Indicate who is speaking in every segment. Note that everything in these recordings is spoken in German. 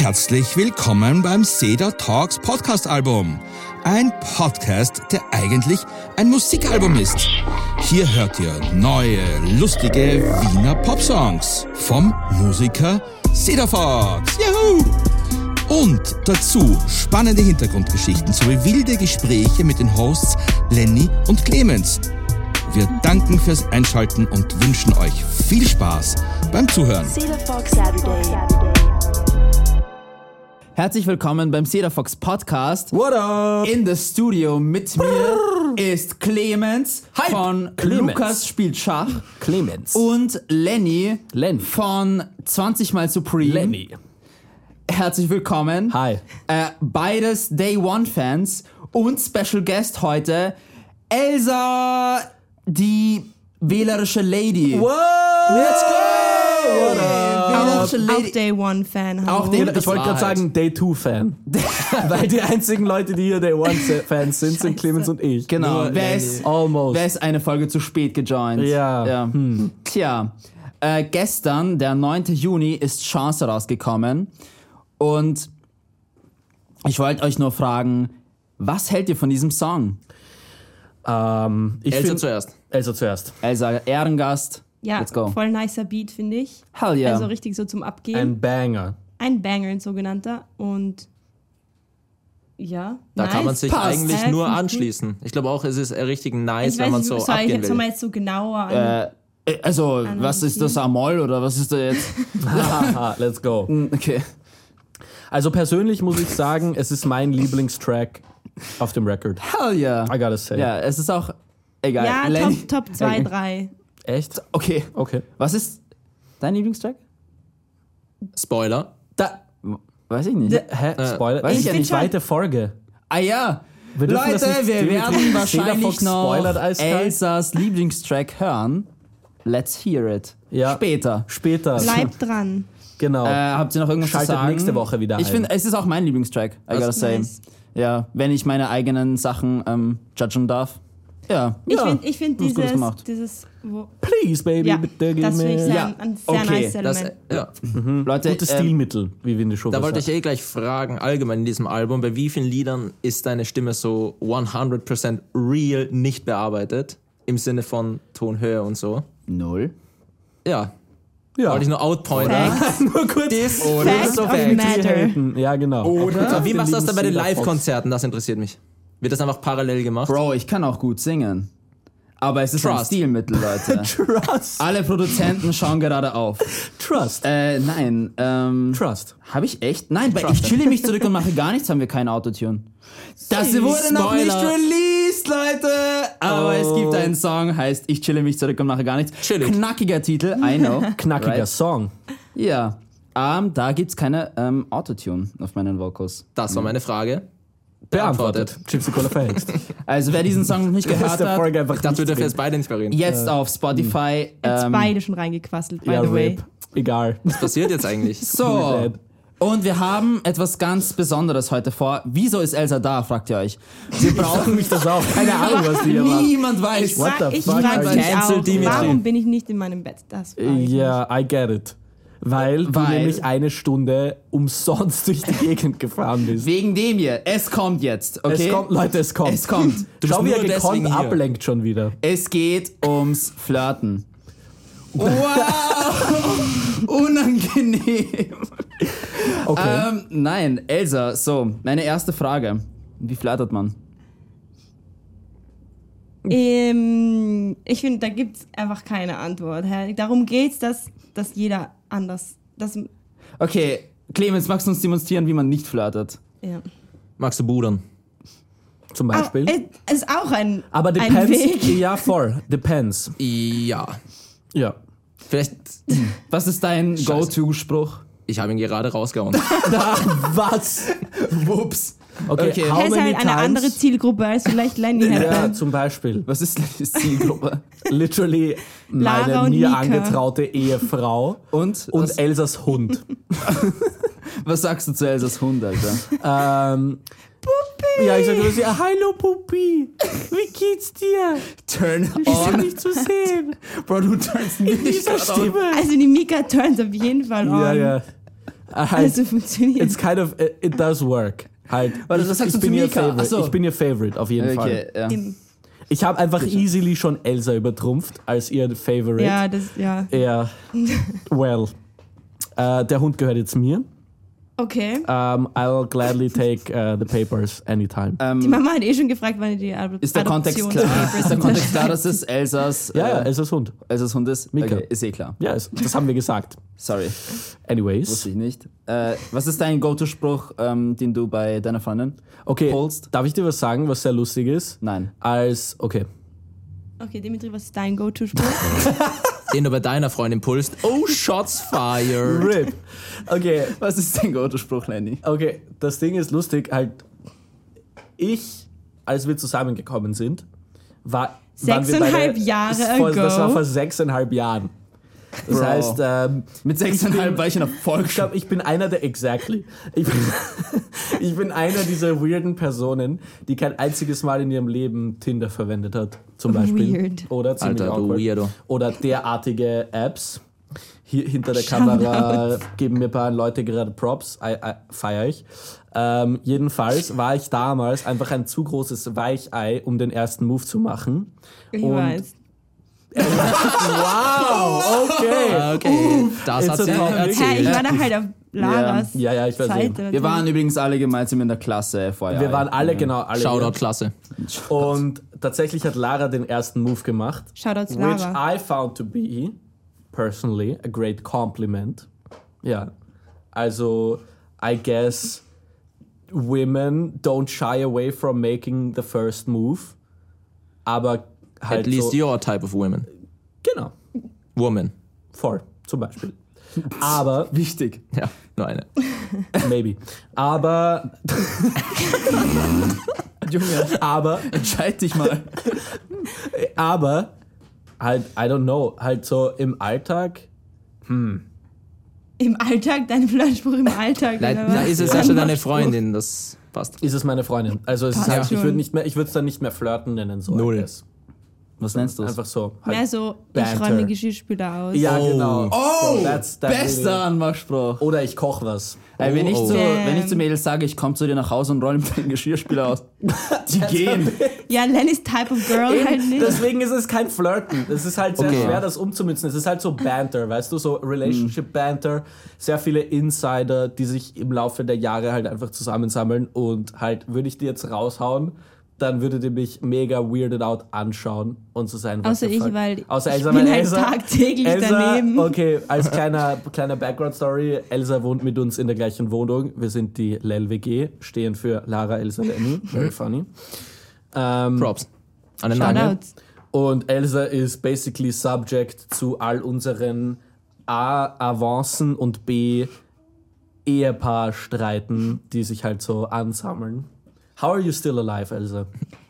Speaker 1: Herzlich willkommen beim Seda Talks Podcast Album. Ein Podcast, der eigentlich ein Musikalbum ist. Hier hört ihr neue, lustige Wiener Popsongs vom Musiker Seda Fox. Juhu! Und dazu spannende Hintergrundgeschichten sowie wilde Gespräche mit den Hosts Lenny und Clemens. Wir danken fürs Einschalten und wünschen euch viel Spaß beim Zuhören.
Speaker 2: Cedar Fox Saturday.
Speaker 3: Herzlich willkommen beim Cedar Fox Podcast.
Speaker 4: What up?
Speaker 3: In the Studio mit mir ist Clemens
Speaker 4: Hi,
Speaker 3: von
Speaker 4: Clemens.
Speaker 3: Lukas spielt Schach
Speaker 4: Clemens.
Speaker 3: und Lenny,
Speaker 4: Lenny.
Speaker 3: von 20 Mal Supreme. Herzlich willkommen.
Speaker 4: Hi.
Speaker 3: Äh, beides Day One Fans und Special Guest heute Elsa, die wählerische Lady.
Speaker 4: What?
Speaker 3: Let's go!
Speaker 4: What
Speaker 3: Wählerische
Speaker 5: Auch
Speaker 3: Lady.
Speaker 5: Ähm, Day One Fan.
Speaker 3: Auch
Speaker 5: hallo.
Speaker 3: Day-
Speaker 4: Genau, Ich wollte gerade sagen Day 2 Fan. Weil die einzigen Leute, die hier Day 1 Fans sind, sind Clemens und ich.
Speaker 3: Genau.
Speaker 4: Nur
Speaker 3: Wer
Speaker 4: Lenny.
Speaker 3: ist,
Speaker 4: Almost.
Speaker 3: Wer ist eine Folge zu spät gejoint?
Speaker 4: Ja.
Speaker 3: Hm. Tja, äh, gestern, der 9. Juni, ist Chance rausgekommen. Und ich wollte euch nur fragen, was hält ihr von diesem Song?
Speaker 4: ähm, ich
Speaker 6: Elsa
Speaker 4: find-
Speaker 6: zuerst.
Speaker 4: Elsa Also zuerst.
Speaker 3: Elsa, Ehrengast.
Speaker 5: Ja,
Speaker 3: Let's go.
Speaker 5: voll nicer Beat, finde ich.
Speaker 3: Hell yeah.
Speaker 5: Also richtig so zum Abgehen. Ein,
Speaker 4: Ein Banger.
Speaker 5: Banger, ein sogenannter. Und ja,
Speaker 6: Da
Speaker 5: nice.
Speaker 6: kann man sich
Speaker 3: passt.
Speaker 6: eigentlich
Speaker 5: Äh,
Speaker 6: nur
Speaker 5: find ich
Speaker 6: anschließen. Ich glaube auch, es ist richtig nice,
Speaker 5: Ich
Speaker 6: wenn
Speaker 5: weiß
Speaker 6: man
Speaker 5: nicht,
Speaker 6: so
Speaker 5: sorry, ich
Speaker 6: abgehen
Speaker 5: hätte
Speaker 6: will.
Speaker 5: mal jetzt so genauer an.
Speaker 3: Äh, also, was ist
Speaker 5: Analysieren.
Speaker 3: das Amol oder was ist da jetzt?
Speaker 4: Haha, let's go.
Speaker 3: Okay.
Speaker 4: Also persönlich muss ich sagen, es ist mein Lieblingstrack auf dem Record.
Speaker 3: Hell yeah.
Speaker 4: I gotta say.
Speaker 3: Ja, es ist auch egal.
Speaker 5: ja,
Speaker 3: äh, Lenny-
Speaker 5: Top, Top 2, 3.
Speaker 4: Echt?
Speaker 3: Okay.
Speaker 4: Okay.
Speaker 3: Was ist dein Lieblingstrack?
Speaker 6: Spoiler.
Speaker 4: Da,
Speaker 3: Weiß ich nicht.
Speaker 4: hä?
Speaker 3: weiß
Speaker 4: Spoiler? Das
Speaker 3: ich
Speaker 4: ist
Speaker 3: ja
Speaker 4: die
Speaker 5: nicht.
Speaker 4: zweite Folge.
Speaker 3: Ah ja.
Speaker 4: Wir dürfen
Speaker 3: Leute,
Speaker 4: das nicht
Speaker 3: wir
Speaker 4: streamen.
Speaker 3: werden
Speaker 4: Jeder
Speaker 3: wahrscheinlich
Speaker 4: Fox
Speaker 3: noch
Speaker 4: spoilert eiskalt.
Speaker 3: Elsas Lieblingstrack hören. Let's hear it.
Speaker 4: Ja.
Speaker 3: Später.
Speaker 4: Später.
Speaker 5: Bleibt dran.
Speaker 4: Genau.
Speaker 3: Äh, habt ihr noch irgendwas
Speaker 4: Schaltet
Speaker 3: zu sagen?
Speaker 4: nächste Woche wieder
Speaker 3: Ich
Speaker 4: ein.
Speaker 3: finde, es ist auch mein Lieblingstrack. I gotta say.
Speaker 5: Nice.
Speaker 3: Ja, wenn ich meine eigenen Sachen ähm, judgen darf. Ja.
Speaker 5: Ich
Speaker 3: ja.
Speaker 5: finde ich find
Speaker 3: du hast Gutes
Speaker 5: dieses,
Speaker 3: gemacht.
Speaker 5: dieses wo,
Speaker 4: Please, baby,
Speaker 5: ja,
Speaker 4: bitte
Speaker 5: das finde ich sehr,
Speaker 3: Ja,
Speaker 5: ein sehr
Speaker 3: okay,
Speaker 5: nice
Speaker 6: Das,
Speaker 5: Element.
Speaker 6: ja.
Speaker 3: Leute,
Speaker 4: Gutes
Speaker 3: ähm,
Speaker 4: Stilmittel, wie wir in der Show
Speaker 6: Da wollte ich eh gleich fragen, allgemein in diesem Album, bei wie vielen Liedern ist deine Stimme so 100% real nicht bearbeitet? Im Sinne von Tonhöhe und so.
Speaker 3: Null.
Speaker 6: Ja,
Speaker 4: ja.
Speaker 6: wollte ich nur outpointen.
Speaker 5: Facts.
Speaker 4: nur kurz
Speaker 6: Dies
Speaker 5: Facts of Matter.
Speaker 4: haten. Ja, genau.
Speaker 6: Oder? Wie machst du das dann bei den
Speaker 4: Lieben
Speaker 6: Live-Konzerten? Das interessiert mich. Wird das einfach parallel gemacht?
Speaker 3: Bro, ich kann auch gut singen. Aber es ist ein
Speaker 6: Trust.
Speaker 3: Stilmittel, Leute.
Speaker 4: Trust.
Speaker 3: Alle Produzenten schauen gerade auf.
Speaker 4: Trust.
Speaker 3: Äh, nein. Ähm,
Speaker 4: Trust.
Speaker 3: Habe ich echt? Nein, weil ich chille mich zurück und mache gar nichts, haben wir kein Autotune. Das
Speaker 5: Süß.
Speaker 3: wurde noch nicht
Speaker 6: Spoiler.
Speaker 3: released, Leute. Aber es gibt
Speaker 4: Oh.
Speaker 3: einen Song, heißt Ich chille mich zurück und mache gar nichts.
Speaker 6: Chillig.
Speaker 3: Knackiger Titel, I know.
Speaker 4: Knackiger
Speaker 3: Right?
Speaker 4: Song.
Speaker 3: Ja. Ähm, da gibt's keine ähm, Autotune auf meinen Vocals.
Speaker 6: Das war meine Frage.
Speaker 4: Beantwortet. Gypsy Cola Fangst.
Speaker 3: Also wer diesen Song noch nicht
Speaker 4: Das ist
Speaker 3: gehört
Speaker 4: der
Speaker 3: hat,
Speaker 4: Folge einfach
Speaker 6: Ich dachte, wir
Speaker 4: nichts
Speaker 6: dürfen
Speaker 4: drin.
Speaker 6: jetzt beide nicht mehr reden.
Speaker 3: jetzt auf Spotify.
Speaker 5: Jetzt
Speaker 3: Ähm,
Speaker 5: beide schon reingequasselt, by
Speaker 4: Ja,
Speaker 5: the way.
Speaker 4: Rape. Egal.
Speaker 6: Was passiert jetzt eigentlich?
Speaker 3: So.
Speaker 4: Bad.
Speaker 3: Und wir haben etwas ganz Besonderes heute vor. Wieso ist Elsa da, fragt ihr euch. Wir brauchen
Speaker 4: Mich das auch. Keine Ahnung, was die hier machen.
Speaker 3: Niemand weiß.
Speaker 4: What
Speaker 5: Fra-
Speaker 4: the
Speaker 5: ich
Speaker 4: fuck
Speaker 5: frage
Speaker 4: are
Speaker 5: mich
Speaker 6: you- Cancel
Speaker 5: auch,
Speaker 6: Dimitri.
Speaker 5: warum bin ich nicht in meinem Bett? Das frage ich mich.
Speaker 4: Ja, I get it. Weil, du
Speaker 3: Weil-
Speaker 4: nämlich eine Stunde umsonst durch die Gegend gefahren bist.
Speaker 3: Wegen dem hier. Es kommt jetzt, okay?
Speaker 4: Es kommt, Leute, es kommt.
Speaker 3: Es kommt.
Speaker 4: Du Schau, wie
Speaker 6: bist
Speaker 4: er
Speaker 6: nur deswegen
Speaker 4: gekonnt
Speaker 6: hier.
Speaker 4: ablenkt schon wieder.
Speaker 3: Es geht ums Flirten. Wow! Unangenehm.
Speaker 4: Okay.
Speaker 3: Ähm, nein, Elsa, so, meine erste Frage. Wie flirtet man?
Speaker 5: Ähm, ich finde, da gibt es einfach keine Antwort. hä? Darum geht es, dass, dass jeder anders. Dass,
Speaker 3: Okay, Clemens, magst du uns demonstrieren, wie man nicht flirtet?
Speaker 5: ja.
Speaker 6: Magst du Budern?
Speaker 4: Zum Beispiel.
Speaker 5: Ah, es ist auch ein,
Speaker 4: Aber
Speaker 5: ein
Speaker 4: depends.
Speaker 5: Weg.
Speaker 4: Ja, voll. Depends.
Speaker 6: Ja.
Speaker 4: Ja.
Speaker 6: Vielleicht
Speaker 3: Was ist dein Go-To-Spruch?
Speaker 6: Ich habe ihn gerade rausgehauen.
Speaker 4: Was?
Speaker 3: Wups.
Speaker 4: Okay,
Speaker 3: Okay.
Speaker 4: how
Speaker 5: Er ist
Speaker 4: many
Speaker 5: halt eine andere
Speaker 4: times?
Speaker 5: Zielgruppe als vielleicht Lenny
Speaker 4: Ja,
Speaker 5: hätte.
Speaker 4: zum Beispiel.
Speaker 3: Was ist Lennys Zielgruppe?
Speaker 4: Literally
Speaker 5: Lara
Speaker 4: meine
Speaker 5: und
Speaker 4: mir
Speaker 5: Mika.
Speaker 4: angetraute Ehefrau
Speaker 3: Und,
Speaker 4: und
Speaker 3: was,
Speaker 4: Elsas Hund.
Speaker 3: was sagst du zu Elsas Hund, Alter?
Speaker 4: ähm, Puppi! Ja, ich sage zu ihr, hallo Puppi, wie geht's dir?
Speaker 3: Turn
Speaker 4: Ich bin
Speaker 3: on.
Speaker 4: nicht zu sehen.
Speaker 3: Bro, du turnst
Speaker 4: In dieser Stimme.
Speaker 5: Also die Mika turns auf jeden Fall on.
Speaker 4: Ja, ja. halt,
Speaker 5: Also funktioniert.
Speaker 4: it's kind of, it, it does work. Halt,
Speaker 3: Warte, das
Speaker 4: ich-
Speaker 3: sagst
Speaker 4: ich
Speaker 3: du zu
Speaker 4: bin ihr
Speaker 3: Mika.
Speaker 4: Favorite.
Speaker 3: Ach so.
Speaker 4: Ich bin ihr Favorite, auf jeden Fall.
Speaker 3: ja.
Speaker 5: Im-
Speaker 4: Ich habe einfach easily schon Elsa übertrumpft als ihr Favorite.
Speaker 5: Ja, das, ja.
Speaker 4: Ja. Well. Äh, der Hund gehört jetzt mir.
Speaker 5: Okay.
Speaker 4: Ähm, I'll gladly take äh, the papers anytime.
Speaker 3: Ähm,
Speaker 5: Die Mama hat eh schon gefragt, wann ihr die Ado- Adoption
Speaker 3: Ist der Kontext klar? Ist der Kontext klar, dass es Elsas,
Speaker 4: ja, ja,
Speaker 3: äh,
Speaker 4: Elsas Hund.
Speaker 3: Elsas Hund ist?
Speaker 4: Mika.
Speaker 3: Okay, ist eh klar.
Speaker 4: Ja, es, das haben wir gesagt.
Speaker 3: Sorry,
Speaker 4: Anyways.
Speaker 3: wusste ich nicht. Äh, was ist dein Go-To-Spruch, ähm, den du bei deiner Freundin?
Speaker 4: Okay,
Speaker 3: Polst?
Speaker 4: darf ich dir was sagen, was sehr lustig ist?
Speaker 3: Nein.
Speaker 4: Als, okay.
Speaker 5: Okay, Dimitri, was ist dein Go-To-Spruch?
Speaker 6: Den du bei deiner Freundin pulst. Oh, shots fired.
Speaker 4: RIP. Okay,
Speaker 3: Was ist dein Go-To-Spruch, Lenny?
Speaker 4: okay, das Ding ist lustig, halt, ich, als wir zusammengekommen sind, war... waren wir beide-
Speaker 5: Sechseinhalb Jahre
Speaker 4: das, vor- Das war
Speaker 5: ago.
Speaker 4: vor sechseinhalb Jahren. Das
Speaker 3: Bro.
Speaker 4: heißt, ähm,
Speaker 3: Mit sechseinhalb war ich in der
Speaker 4: Ich
Speaker 3: Volksschule.
Speaker 4: glaube, ich bin einer der, exactly. Ich bin, ich bin einer dieser weirden Personen, die kein einziges Mal in ihrem Leben Tinder verwendet hat, zum Beispiel.
Speaker 5: Weird.
Speaker 4: Oder ziemlich
Speaker 6: Alter, du
Speaker 4: awkward.
Speaker 6: Weirdo.
Speaker 4: Oder derartige Apps. Hier hinter der
Speaker 5: Shoutout.
Speaker 4: Kamera geben mir ein paar Leute gerade Props, I, I, feier ich. Ähm, jedenfalls war ich damals einfach ein zu großes Weichei, um den ersten Move zu machen.
Speaker 5: Ich
Speaker 4: Und-
Speaker 5: weiß.
Speaker 4: Wow, okay.
Speaker 6: Okay, Äh, das
Speaker 4: It's
Speaker 6: hat
Speaker 4: a
Speaker 6: sie
Speaker 4: topic.
Speaker 5: Hey, ich
Speaker 6: erzählt.
Speaker 5: war da halt auf Laras
Speaker 4: Ja, ja, ich weiß eh.
Speaker 5: Seite.
Speaker 3: Wir waren übrigens alle gemeinsam in der Klasse vorher.
Speaker 4: Wir waren alle, genau, alle.
Speaker 6: Shoutout, klasse.
Speaker 4: Und tatsächlich hat Lara den ersten Move gemacht,
Speaker 5: Shoutouts
Speaker 4: which
Speaker 5: Lara.
Speaker 4: I found to be personally a great compliment. Ja. Also, I guess women don't shy away from making the first move, aber halt
Speaker 6: At least
Speaker 4: so,
Speaker 6: your type of women.
Speaker 4: genau,
Speaker 6: Woman.
Speaker 4: voll zum Beispiel. Aber
Speaker 3: Wichtig.
Speaker 6: Ja, nur eine.
Speaker 4: maybe. Aber
Speaker 3: Junge,
Speaker 4: aber
Speaker 3: entscheid dich mal.
Speaker 4: aber halt I don't know, halt so im Alltag
Speaker 5: Im Alltag, dein Flirtspruch im Alltag.
Speaker 6: Nein,
Speaker 5: oder
Speaker 6: da
Speaker 5: was?
Speaker 6: Äh, ist es ja schon deine Freundin, das passt.
Speaker 4: ist es meine Freundin. Also es ist
Speaker 5: Passt
Speaker 4: halt, ich
Speaker 5: schon.
Speaker 4: würde nicht mehr, ich würde es dann nicht mehr flirten nennen so.
Speaker 6: Null.
Speaker 4: I guess.
Speaker 3: Was nennst du
Speaker 4: Einfach so. Halt.
Speaker 5: Mehr so, ich
Speaker 4: Banter.
Speaker 5: räume Geschirrspüler aus.
Speaker 4: Ja,
Speaker 6: Oh.
Speaker 4: genau.
Speaker 3: Oh,
Speaker 4: That's- that
Speaker 3: bester
Speaker 4: really-
Speaker 3: Anmachspruch.
Speaker 4: Oder ich koche was.
Speaker 3: Ey, Äh, wenn, ich
Speaker 6: oh.
Speaker 3: zu, wenn ich
Speaker 5: Damn.
Speaker 3: zu Mädels sage, ich komme zu dir nach Hause und räume deinen Geschirrspüler aus, die gehen.
Speaker 5: Ja, Lenny's Type of Girl halt nicht.
Speaker 4: Deswegen ist es kein Flirten. Es ist halt sehr
Speaker 6: Okay.
Speaker 4: schwer, das umzumünzen. Es ist halt so Banter, weißt du, so Relationship Banter. Sehr viele Insider, die sich im Laufe der Jahre halt einfach zusammensammeln und halt, würde ich dir jetzt raushauen, dann würdet ihr mich mega weirded out anschauen und so sein. what
Speaker 5: Außer
Speaker 4: the
Speaker 5: ich,
Speaker 4: fuck.
Speaker 5: weil
Speaker 4: Außer
Speaker 5: ich
Speaker 4: Elsa,
Speaker 5: bin
Speaker 4: weil
Speaker 5: halt
Speaker 4: Elsa,
Speaker 5: tagtäglich
Speaker 4: Elsa,
Speaker 5: daneben.
Speaker 4: Okay, als kleiner, kleiner Background-Story. Elsa wohnt mit uns in der gleichen Wohnung. Wir sind die LEL-WG, stehen für Lara, Elsa, Lenny. Very funny. Ähm,
Speaker 6: Props. An den Nagel.
Speaker 5: Shoutouts.
Speaker 4: und Elsa ist basically subject zu all unseren A, Avancen und B, Ehepaarstreiten, die sich halt so ansammeln. How are you still alive, Elsa?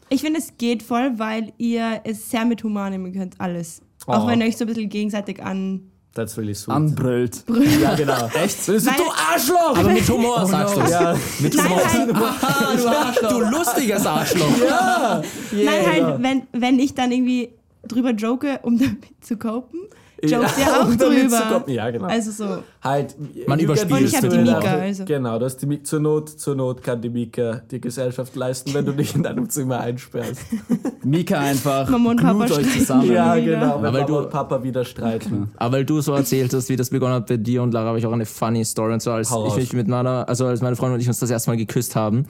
Speaker 5: Ich finde, es geht voll, weil ihr es sehr mit Humor nehmen könnt, alles.
Speaker 4: Oh.
Speaker 5: Auch wenn ihr euch so ein bisschen gegenseitig an.
Speaker 4: That's really sweet.
Speaker 3: Anbrüllt.
Speaker 4: ja, genau. Echt? Du
Speaker 5: Weil-
Speaker 4: Arschloch!
Speaker 6: Aber mit Humor, sagst du.
Speaker 4: ja,
Speaker 6: Mit
Speaker 5: Nein,
Speaker 6: Humor.
Speaker 5: halt,
Speaker 3: Ah, du Arschloch.
Speaker 6: Du lustiges Arschloch.
Speaker 5: Nein,
Speaker 4: Yeah.
Speaker 5: halt, wenn, wenn ich dann irgendwie drüber joke, um damit zu copen, jokes
Speaker 4: Ja,
Speaker 5: ihr auch
Speaker 4: um damit zu
Speaker 5: drüber.
Speaker 4: copen. Ja, genau.
Speaker 5: Also so.
Speaker 4: halt,
Speaker 6: Man
Speaker 4: you
Speaker 6: überspielt
Speaker 4: get
Speaker 6: es
Speaker 4: used to
Speaker 5: hab
Speaker 6: Und ich
Speaker 5: die
Speaker 4: it.
Speaker 5: Mika, also.
Speaker 4: Genau, das die, Mi- zur, Not, zur Not kann die Mika die Gesellschaft leisten, wenn du dich in deinem Zimmer einsperrst.
Speaker 3: Mika einfach.
Speaker 5: Mama und Papa
Speaker 3: glut euch
Speaker 5: streiten
Speaker 3: zusammen.
Speaker 4: ja,
Speaker 5: wieder.
Speaker 4: genau, wenn
Speaker 6: Aber
Speaker 4: Mama
Speaker 6: du-
Speaker 4: und Papa wieder streiten.
Speaker 6: Aber weil du so erzählt hast, wie das begonnen hat bei dir und Lara, habe ich auch eine funny Story. Und zwar, als
Speaker 4: Hau
Speaker 6: ich
Speaker 4: raus.
Speaker 6: mich mit meiner, also als meine Freundin und ich uns das erste Mal geküsst haben,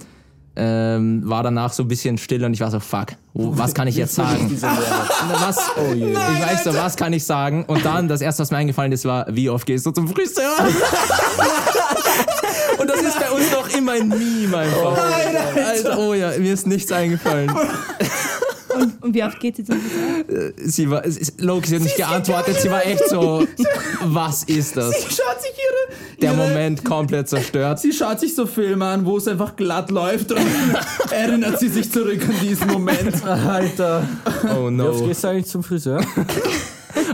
Speaker 6: ähm, war danach so ein bisschen still und ich war so, fuck, wo- was kann ich jetzt sagen?
Speaker 4: Diese Lehre.
Speaker 6: Was, ich weiß so, was kann ich sagen? Und dann, das erste, was mir eingefallen ist, war, wie oft gehst du zum Friseur? und das ist bei uns noch immer ein Meme einfach. Alter, oh ja, mir ist nichts eingefallen.
Speaker 5: Und, und wie oft geht es jetzt?
Speaker 6: Sie war, es ist- Loki, sie hat nicht geantwortet, sie war echt so, was ist das?
Speaker 3: Sie schaut sich ihre.
Speaker 6: der
Speaker 3: ihre-
Speaker 6: Moment komplett zerstört.
Speaker 3: Sie schaut sich so Filme an, wo es einfach glatt läuft und erinnert sie sich zurück an diesen Moment.
Speaker 4: Alter.
Speaker 6: Oh
Speaker 4: Jetzt
Speaker 6: no.
Speaker 4: gehst du eigentlich zum Friseur.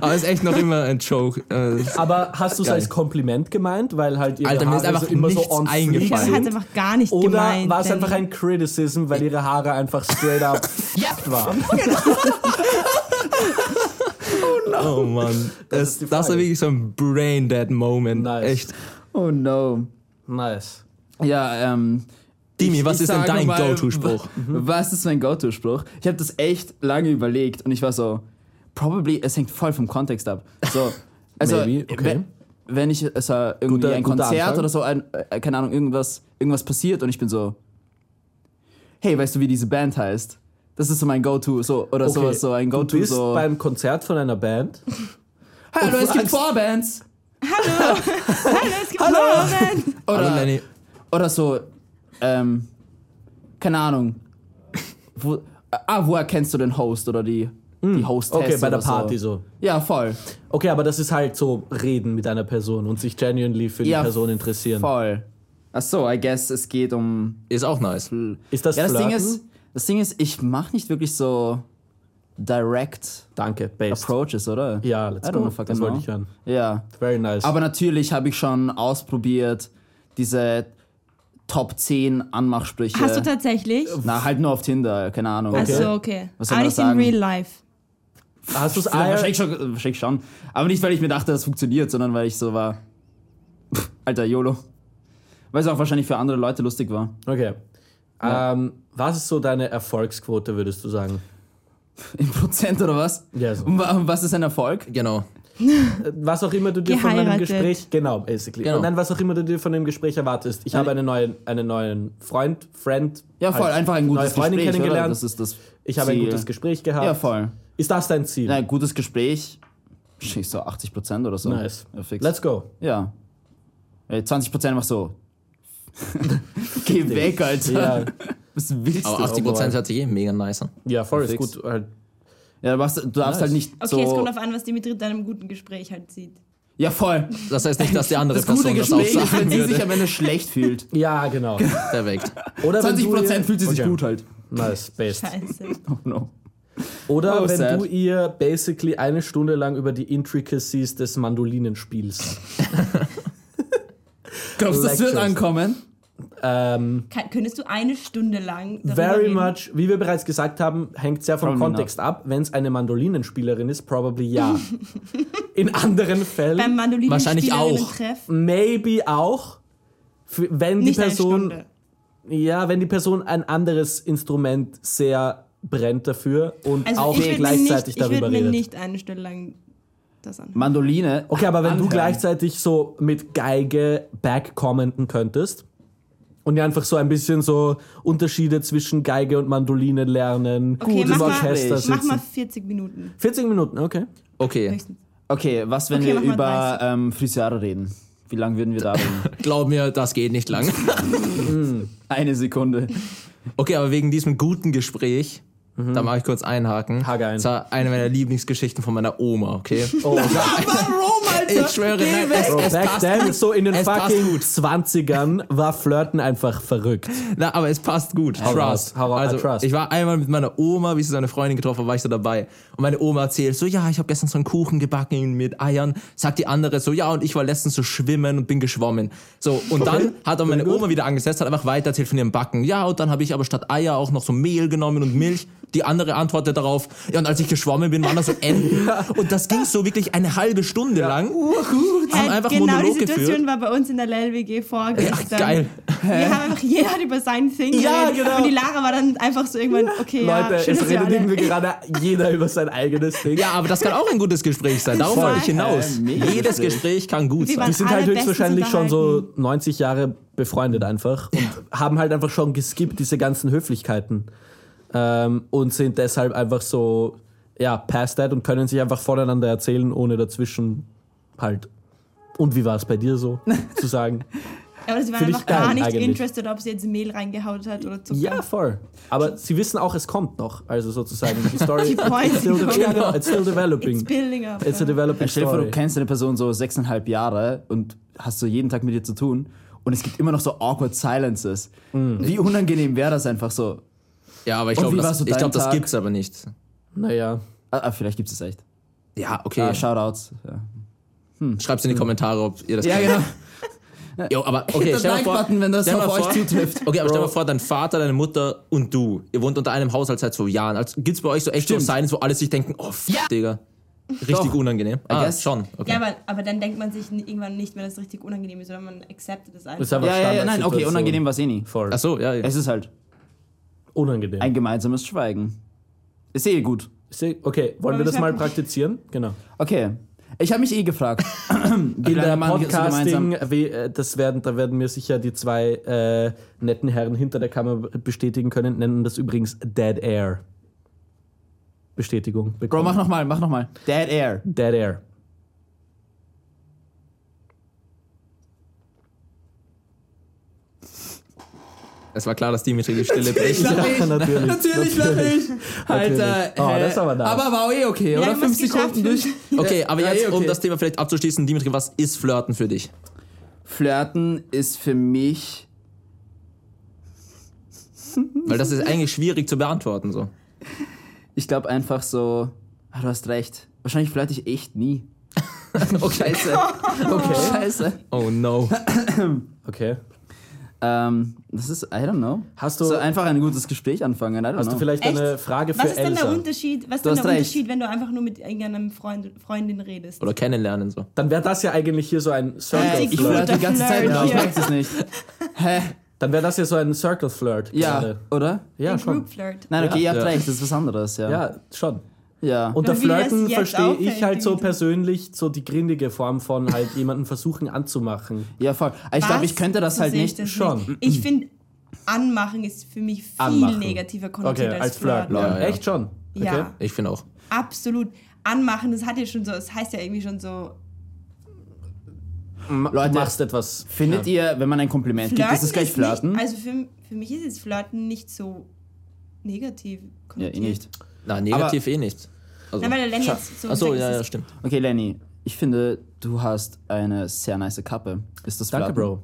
Speaker 6: Aber es ist echt noch immer ein Joke. Äh,
Speaker 4: Aber hast du es
Speaker 6: Geil.
Speaker 4: als Kompliment gemeint? Weil halt ihre
Speaker 6: Alter, mir
Speaker 4: Haare
Speaker 6: ist einfach
Speaker 4: so immer so
Speaker 6: nichts
Speaker 4: on
Speaker 5: Ich
Speaker 6: eingefallen.
Speaker 4: fleek
Speaker 5: glaube, hat
Speaker 4: sind.
Speaker 5: einfach gar nicht
Speaker 4: Oder
Speaker 5: gemeint.
Speaker 4: war es
Speaker 5: Lenny.
Speaker 4: einfach ein Criticism, weil ihre Haare einfach straight up waren?
Speaker 6: oh Mann. Das,
Speaker 4: ist die
Speaker 6: das war
Speaker 4: Frage.
Speaker 6: Oh wirklich so ein Brain-Dead-Moment.
Speaker 4: Nice.
Speaker 6: Echt.
Speaker 3: Oh no.
Speaker 4: Nice.
Speaker 3: Ja, ähm.
Speaker 6: Dimi, was
Speaker 3: ich
Speaker 6: ist denn
Speaker 3: sage
Speaker 6: dein
Speaker 3: mal,
Speaker 6: Go-To-Spruch?
Speaker 4: Hm?
Speaker 3: Was ist mein Go-To-Spruch? Ich habe das echt lange überlegt und ich war so, probably, es hängt voll vom Kontext ab. So, also,
Speaker 4: Maybe, okay.
Speaker 3: wenn, wenn ich, also irgendwie
Speaker 4: Guter-
Speaker 3: ein
Speaker 4: guter
Speaker 3: Konzert
Speaker 4: Anfang.
Speaker 3: oder so, ein, äh, keine Ahnung, irgendwas, irgendwas passiert und ich bin so, hey, weißt du, wie diese Band heißt? Das ist so mein Go-To, so, oder sowas, so ein
Speaker 4: du
Speaker 3: Go-To,
Speaker 4: bist
Speaker 3: so.
Speaker 4: beim Konzert von einer Band.
Speaker 3: Hallo, es gibt
Speaker 4: als-
Speaker 3: Vorbands!
Speaker 5: Hallo, es gibt Hallo.
Speaker 6: Hallo
Speaker 3: Oder,
Speaker 6: Lenny.
Speaker 3: oder so, ähm, keine Ahnung. Wo, ah, woher kennst du den Host oder die, die Hostess
Speaker 4: Hm. Okay, bei der
Speaker 3: oder
Speaker 4: Party
Speaker 3: so.
Speaker 4: so.
Speaker 3: Ja, voll.
Speaker 4: Okay, aber das ist halt so reden mit einer Person und sich genuinely für die
Speaker 3: Ja,
Speaker 4: Person interessieren.
Speaker 3: Voll. Ach so, I guess es geht um.
Speaker 6: Ist auch nice.
Speaker 4: Ist das,
Speaker 3: Ja, das Ding
Speaker 4: Flirten?
Speaker 3: ist, das Ding ist, ich mache nicht wirklich so direct
Speaker 4: Danke, based.
Speaker 3: approaches, oder?
Speaker 4: Ja, let's
Speaker 3: I don't
Speaker 4: go.
Speaker 3: know fucking
Speaker 4: Das wollte
Speaker 3: know.
Speaker 4: ich hören.
Speaker 3: Ja.
Speaker 4: Very nice.
Speaker 3: Aber natürlich habe ich schon ausprobiert diese Top 10 Anmachsprüche.
Speaker 5: Hast du Also- tatsächlich?
Speaker 3: Na, halt nur auf Tinder, keine Ahnung.
Speaker 5: Ach so, okay.
Speaker 3: Was soll
Speaker 5: Aber
Speaker 3: man
Speaker 5: nicht
Speaker 3: sagen?
Speaker 5: in real life.
Speaker 4: Hast du es
Speaker 3: Wahrscheinlich schon, wahrscheinlich schon. Aber nicht, weil ich mir dachte, das funktioniert, sondern weil ich so war. Pff, Alter, YOLO. Weil es auch wahrscheinlich für andere Leute lustig war.
Speaker 4: Okay. Ähm, was ist so deine Erfolgsquote, würdest du sagen?
Speaker 3: In Prozent oder was?
Speaker 4: Ja, so.
Speaker 3: Und wa- und was ist ein Erfolg?
Speaker 6: Genau.
Speaker 4: Was auch immer du dir von einem
Speaker 5: Geheiratet.
Speaker 4: Gespräch. Genau, basically.
Speaker 6: Genau.
Speaker 4: Nein, was auch immer du dir von dem Gespräch erwartest. Ich habe einen neuen, einen neuen Freund, Friend.
Speaker 3: Ja, voll,
Speaker 4: halt,
Speaker 3: einfach ein
Speaker 4: neue
Speaker 3: gutes
Speaker 4: Freundin
Speaker 3: Gespräch. Oder?
Speaker 4: kennengelernt.
Speaker 3: Das ist das Genau.
Speaker 4: ich habe ein
Speaker 3: Ziel.
Speaker 4: gutes Gespräch gehabt.
Speaker 3: Ja, voll.
Speaker 4: Ist das dein Ziel?
Speaker 3: Na, ein gutes Gespräch. Wahrscheinlich so 80 Prozent oder so.
Speaker 4: Nice.
Speaker 3: Ja, fix.
Speaker 4: Let's go.
Speaker 3: ja. Ey, 20 Prozent mach so. Geh weg, Alter.
Speaker 4: Ja,
Speaker 3: Was willst
Speaker 6: Aber
Speaker 3: du?
Speaker 6: 80% hört sich eh mega nice an.
Speaker 4: ja voll ist
Speaker 3: Fix.
Speaker 4: gut. Halt,
Speaker 3: Ja, du, machst, du darfst
Speaker 4: Nice.
Speaker 3: halt nicht
Speaker 5: Okay,
Speaker 3: so.
Speaker 5: es kommt auf an, was Dimitri in deinem guten Gespräch halt sieht.
Speaker 3: ja, voll.
Speaker 6: Das heißt nicht, dass die andere
Speaker 3: Das gute
Speaker 6: Person das auch
Speaker 3: Gespräch ist, wenn
Speaker 6: sagen
Speaker 3: sie sich
Speaker 6: würde.
Speaker 3: am Ende schlecht fühlt.
Speaker 4: Ja, genau.
Speaker 6: Perfekt.
Speaker 4: Oder wenn
Speaker 3: 20
Speaker 4: du ihr-
Speaker 3: Prozent fühlt sie sich
Speaker 4: Okay.
Speaker 3: gut halt.
Speaker 4: Nice, based.
Speaker 5: Scheiße.
Speaker 3: Oh no.
Speaker 4: Oder
Speaker 3: Oh,
Speaker 4: wenn
Speaker 3: sad.
Speaker 4: du ihr basically eine Stunde lang über die Intricacies des Mandolinenspiels.
Speaker 3: Glaubst du, das wird
Speaker 4: Lectures.
Speaker 3: ankommen?
Speaker 4: ähm,
Speaker 5: Kann, könntest du eine Stunde lang darüber
Speaker 4: Very
Speaker 5: reden?
Speaker 4: much, wie wir bereits gesagt haben, hängt sehr vom
Speaker 3: Probably
Speaker 4: Kontext ab. Wenn es eine Mandolinenspielerin ist, probably ja. In anderen
Speaker 5: Beim
Speaker 4: Fällen
Speaker 5: Mandolinen
Speaker 6: Wahrscheinlich auch.
Speaker 5: Treff
Speaker 4: maybe auch, f- wenn die
Speaker 5: nicht
Speaker 4: Person,
Speaker 5: eine Stunde.
Speaker 4: ja, wenn die Person ein anderes Instrument sehr brennt dafür und
Speaker 5: Also
Speaker 4: auch
Speaker 5: ich würd mir
Speaker 4: gleichzeitig
Speaker 5: nicht,
Speaker 4: darüber
Speaker 5: Ich würde mir
Speaker 4: redet.
Speaker 5: nicht eine Stunde lang das anhören.
Speaker 3: Mandoline.
Speaker 4: Okay, aber wenn du
Speaker 3: anhören.
Speaker 4: gleichzeitig so mit Geige backcommenten könntest und ja einfach so ein bisschen so Unterschiede zwischen Geige und Mandoline lernen,
Speaker 5: Okay,
Speaker 4: im
Speaker 5: mach mal-
Speaker 4: Orchester
Speaker 5: Mach
Speaker 4: sitzen.
Speaker 5: mal 40 Minuten.
Speaker 4: 40 Minuten, okay.
Speaker 6: Okay,
Speaker 5: höchstens.
Speaker 3: Okay, was, wenn
Speaker 5: Okay,
Speaker 3: wir
Speaker 5: mach mal
Speaker 3: über ähm, Friseure reden? Wie lange würden wir da reden?
Speaker 6: glaub mir, das geht nicht lang.
Speaker 3: Eine Sekunde.
Speaker 6: Okay, aber wegen diesem guten Gespräch,
Speaker 3: Mhm.
Speaker 6: da mache ich kurz einhaken.
Speaker 4: Hake ein.
Speaker 6: Das war eine meiner Lieblingsgeschichten von meiner Oma, okay?
Speaker 4: Oh,
Speaker 3: Warum, Alter?
Speaker 6: Ich schwöre, nein, es,
Speaker 4: Bro,
Speaker 6: es
Speaker 4: back
Speaker 6: passt
Speaker 4: then,
Speaker 6: gut.
Speaker 4: so in den
Speaker 6: Es passt
Speaker 4: fucking
Speaker 6: gut.
Speaker 4: 20ern, war Flirten einfach verrückt.
Speaker 6: Na, aber es passt gut.
Speaker 4: raus,
Speaker 6: Trust.
Speaker 4: hau raus,
Speaker 6: also,
Speaker 4: I trust.
Speaker 6: ich war einmal mit meiner Oma, wie sie seine Freundin getroffen hat, war ich so dabei. Und meine Oma erzählt so, ja, ich habe gestern so einen Kuchen gebacken mit Eiern. Sagt die andere so, ja, und ich war letztens so schwimmen und bin geschwommen. So, und dann hat dann meine Oma wieder angesetzt, hat einfach weiter erzählt von ihrem Backen. Ja, und dann habe ich aber statt Eier auch noch so Mehl genommen und Milch. Die andere antwortet darauf, ja, und als ich geschwommen bin, waren da so Enten. Und das ging so wirklich eine halbe Stunde lang. Haben
Speaker 5: Äh,
Speaker 6: einfach
Speaker 5: genau
Speaker 6: Monolog
Speaker 5: die Situation
Speaker 6: geführt.
Speaker 5: war bei uns in der LLWG
Speaker 6: Ja,
Speaker 5: vorgestern.
Speaker 6: geil.
Speaker 5: Wir haben einfach jeder hat über sein Thing
Speaker 4: Ja,
Speaker 5: geredet.
Speaker 4: genau.
Speaker 5: Und die Lara war dann einfach so irgendwann, okay, ja,
Speaker 4: Leute,
Speaker 5: schön,
Speaker 4: es
Speaker 5: dass wir
Speaker 4: redet
Speaker 5: alle-
Speaker 4: irgendwie gerade jeder über sein eigenes Ding.
Speaker 6: Ja, aber das kann auch ein gutes Gespräch sein. Darauf wollte ich hinaus.
Speaker 3: Äh, mega
Speaker 6: Jedes
Speaker 3: Gespräch.
Speaker 6: Gespräch kann gut
Speaker 5: Wir
Speaker 6: sein.
Speaker 5: waren
Speaker 4: Die sind halt
Speaker 5: alle bestens
Speaker 4: höchstwahrscheinlich schon so
Speaker 5: unterhalten.
Speaker 4: 90 Jahre befreundet einfach und haben halt einfach schon geskippt, diese ganzen Höflichkeiten. Ähm, und sind deshalb einfach so, ja, past that und können sich einfach voneinander erzählen, ohne dazwischen halt. Und wie war es bei dir so zu sagen?
Speaker 5: Aber sie waren
Speaker 4: Finde ich
Speaker 5: einfach gar
Speaker 4: geil
Speaker 5: nicht
Speaker 4: eigentlich.
Speaker 5: interested, ob sie jetzt Mehl reingehaut hat oder Zucker.
Speaker 4: Ja, voll. Aber sie wissen auch, es kommt noch. Also sozusagen, die Story
Speaker 5: Freuen
Speaker 4: it's
Speaker 5: sich
Speaker 4: still,
Speaker 5: noch.
Speaker 4: ja, genau, it's still developing.
Speaker 5: It's building up.
Speaker 4: It's a
Speaker 5: ja.
Speaker 4: developing
Speaker 3: Stell dir vor, du
Speaker 4: story.
Speaker 3: kennst eine Person so sechseinhalb Jahre und hast so jeden Tag mit ihr zu tun und es gibt immer noch so awkward silences.
Speaker 6: Mhm.
Speaker 3: Wie unangenehm wäre das einfach so?
Speaker 6: Ja, aber ich
Speaker 3: Und
Speaker 6: glaube,
Speaker 3: wie
Speaker 6: das,
Speaker 3: warst du
Speaker 6: ich glaub,
Speaker 3: deinen
Speaker 6: das
Speaker 3: Tag?
Speaker 6: gibt's aber nicht.
Speaker 4: Naja,
Speaker 3: Ah, ah, vielleicht gibt es es echt.
Speaker 6: Ja, okay.
Speaker 3: Ah, Shoutouts. Ja.
Speaker 6: Schreibt's in die Kommentare, ob ihr das
Speaker 3: Hm. Ja,
Speaker 6: kennt.
Speaker 3: genau.
Speaker 6: Jo, aber okay,
Speaker 3: Hit
Speaker 6: stell
Speaker 3: den
Speaker 6: mal vor,
Speaker 3: Like-Button, wenn das
Speaker 6: stell
Speaker 3: auf
Speaker 6: mal
Speaker 3: euch
Speaker 6: vor-
Speaker 3: zutrifft.
Speaker 6: Okay, aber stell mal vor, dein Vater, deine Mutter und du, ihr wohnt unter einem Haushalt seit so Jahren. Also gibt's bei euch so echt so
Speaker 3: Stimmt.
Speaker 6: Signs, wo alle sich denken, oh fuck, Digga. Richtig
Speaker 3: Doch.
Speaker 6: unangenehm. Ah,
Speaker 3: guess.
Speaker 6: schon. Okay.
Speaker 5: Ja, aber, aber dann denkt man sich n- irgendwann nicht mehr, dass es richtig unangenehm ist, sondern man acceptet es einfach.
Speaker 4: Das ist einfach
Speaker 3: Ja, ja, ja, nein, okay,
Speaker 4: Standardsituation.
Speaker 3: unangenehm war es eh nie.
Speaker 4: Voll.
Speaker 6: Ach so, ja, ja.
Speaker 3: Es ist halt
Speaker 4: unangenehm.
Speaker 3: ein gemeinsames Schweigen. Ist eh gut.
Speaker 4: Se- Okay, wollen
Speaker 5: Aber
Speaker 4: wir das
Speaker 5: ich
Speaker 4: mal
Speaker 5: hab-
Speaker 4: praktizieren? Genau.
Speaker 3: Okay. Ich habe mich eh gefragt, wie
Speaker 4: In
Speaker 3: lange
Speaker 4: der
Speaker 3: man so gemeinsam.
Speaker 4: Podcasting, wie, äh, das werden, da werden mir sicher die zwei äh, netten Herren hinter der Kamera bestätigen können, nennen das übrigens Dead Air.
Speaker 3: Bro,
Speaker 4: Bestätigung
Speaker 3: mach
Speaker 4: bekommen.
Speaker 3: nochmal, mach nochmal. Dead Air.
Speaker 4: Dead Air.
Speaker 6: Es war klar, dass Dimitri die Stille bricht.
Speaker 3: Lach ich.
Speaker 4: natürlich.
Speaker 3: Natürlich, natürlich. Alter.
Speaker 4: Natürlich. Oh,
Speaker 3: hä?
Speaker 4: das ist aber nice.
Speaker 3: Aber war eh okay,
Speaker 5: Wie
Speaker 3: oder?
Speaker 5: lange
Speaker 3: Fünf
Speaker 5: hast du geschafft?
Speaker 3: Sekunden durch.
Speaker 6: Okay, aber
Speaker 3: Ja,
Speaker 6: jetzt,
Speaker 3: eh,
Speaker 6: um
Speaker 3: okay.
Speaker 6: das Thema vielleicht abzuschließen, Dimitri, was ist Flirten für dich?
Speaker 3: Flirten ist für mich.
Speaker 6: Weil das ist eigentlich schwierig zu beantworten. So.
Speaker 3: Ich glaube einfach so, ah, du hast recht. Wahrscheinlich flirte ich echt nie.
Speaker 6: Okay.
Speaker 3: Scheiße. Okay. Scheiße.
Speaker 6: Oh no.
Speaker 4: Okay.
Speaker 3: Ähm, das ist, I don't know.
Speaker 4: Hast du-
Speaker 3: so einfach ein Genau. gutes Gespräch anfangen? I don't
Speaker 4: Hast
Speaker 3: know.
Speaker 4: du vielleicht
Speaker 5: Echt?
Speaker 4: eine Frage für
Speaker 5: was ist denn der
Speaker 4: Elsa?
Speaker 5: Unterschied, was ist
Speaker 3: Du
Speaker 5: denn
Speaker 3: hast
Speaker 5: der
Speaker 3: recht.
Speaker 5: Unterschied, wenn du einfach nur mit irgendeinem Freund, Freundin redest?
Speaker 6: Oder kennenlernen so.
Speaker 4: Dann wäre das ja eigentlich hier so ein
Speaker 3: äh,
Speaker 4: Circle
Speaker 3: ich
Speaker 4: Flirt.
Speaker 3: flirte die ganze
Speaker 5: Flirt,
Speaker 3: Zeit,
Speaker 5: ja.
Speaker 3: aber ich merke es nicht. Hä?
Speaker 4: Dann wäre das hier so ein Circle Flirt.
Speaker 3: Ja,
Speaker 4: gerade.
Speaker 3: oder?
Speaker 4: Ja,
Speaker 5: Ein
Speaker 4: schon.
Speaker 5: Group Flirt.
Speaker 3: Nein, okay,
Speaker 4: Ja.
Speaker 3: ihr habt
Speaker 6: Ja.
Speaker 3: recht, das ist was anderes, ja.
Speaker 4: Ja, schon.
Speaker 3: ja.
Speaker 4: Unter
Speaker 5: Wie das
Speaker 4: Flirten
Speaker 5: jetzt
Speaker 4: verstehe ich
Speaker 5: auffällt,
Speaker 4: halt so
Speaker 5: irgendwie.
Speaker 4: persönlich so die grindige Form von halt jemanden versuchen anzumachen.
Speaker 3: ja, voll. Ich glaube, ich könnte das
Speaker 5: So
Speaker 3: halt
Speaker 5: sehe ich
Speaker 3: nicht.
Speaker 5: das
Speaker 4: Schon.
Speaker 5: Ich finde, anmachen ist für mich viel
Speaker 4: Anmachen.
Speaker 5: negativer
Speaker 4: Okay,
Speaker 5: konnotiert
Speaker 4: als Flirt.
Speaker 5: Flirten.
Speaker 6: Ja, ja.
Speaker 4: Echt schon? Okay.
Speaker 5: Ja.
Speaker 6: Ich finde auch.
Speaker 5: Absolut. Anmachen, das hat ja schon so, es das heißt ja irgendwie schon so,
Speaker 4: Ma-
Speaker 3: Leute,
Speaker 4: du machst etwas.
Speaker 3: Findet ihr, wenn man ein Kompliment gibt, ist es gleich Flirten?
Speaker 5: Nicht, also für, für mich ist jetzt Flirten nicht so negativ
Speaker 3: ja, eh nicht.
Speaker 6: Na, negativ eh nicht. Also.
Speaker 5: Nein, weil der Lenny jetzt so
Speaker 6: Achso,
Speaker 5: gesagt,
Speaker 6: ja,
Speaker 5: es
Speaker 6: ja,
Speaker 5: ist-
Speaker 6: stimmt.
Speaker 3: Okay, Lenny, ich finde, du hast eine sehr nice Kappe. Ist das
Speaker 4: Danke,
Speaker 3: Flirten?
Speaker 4: Bro.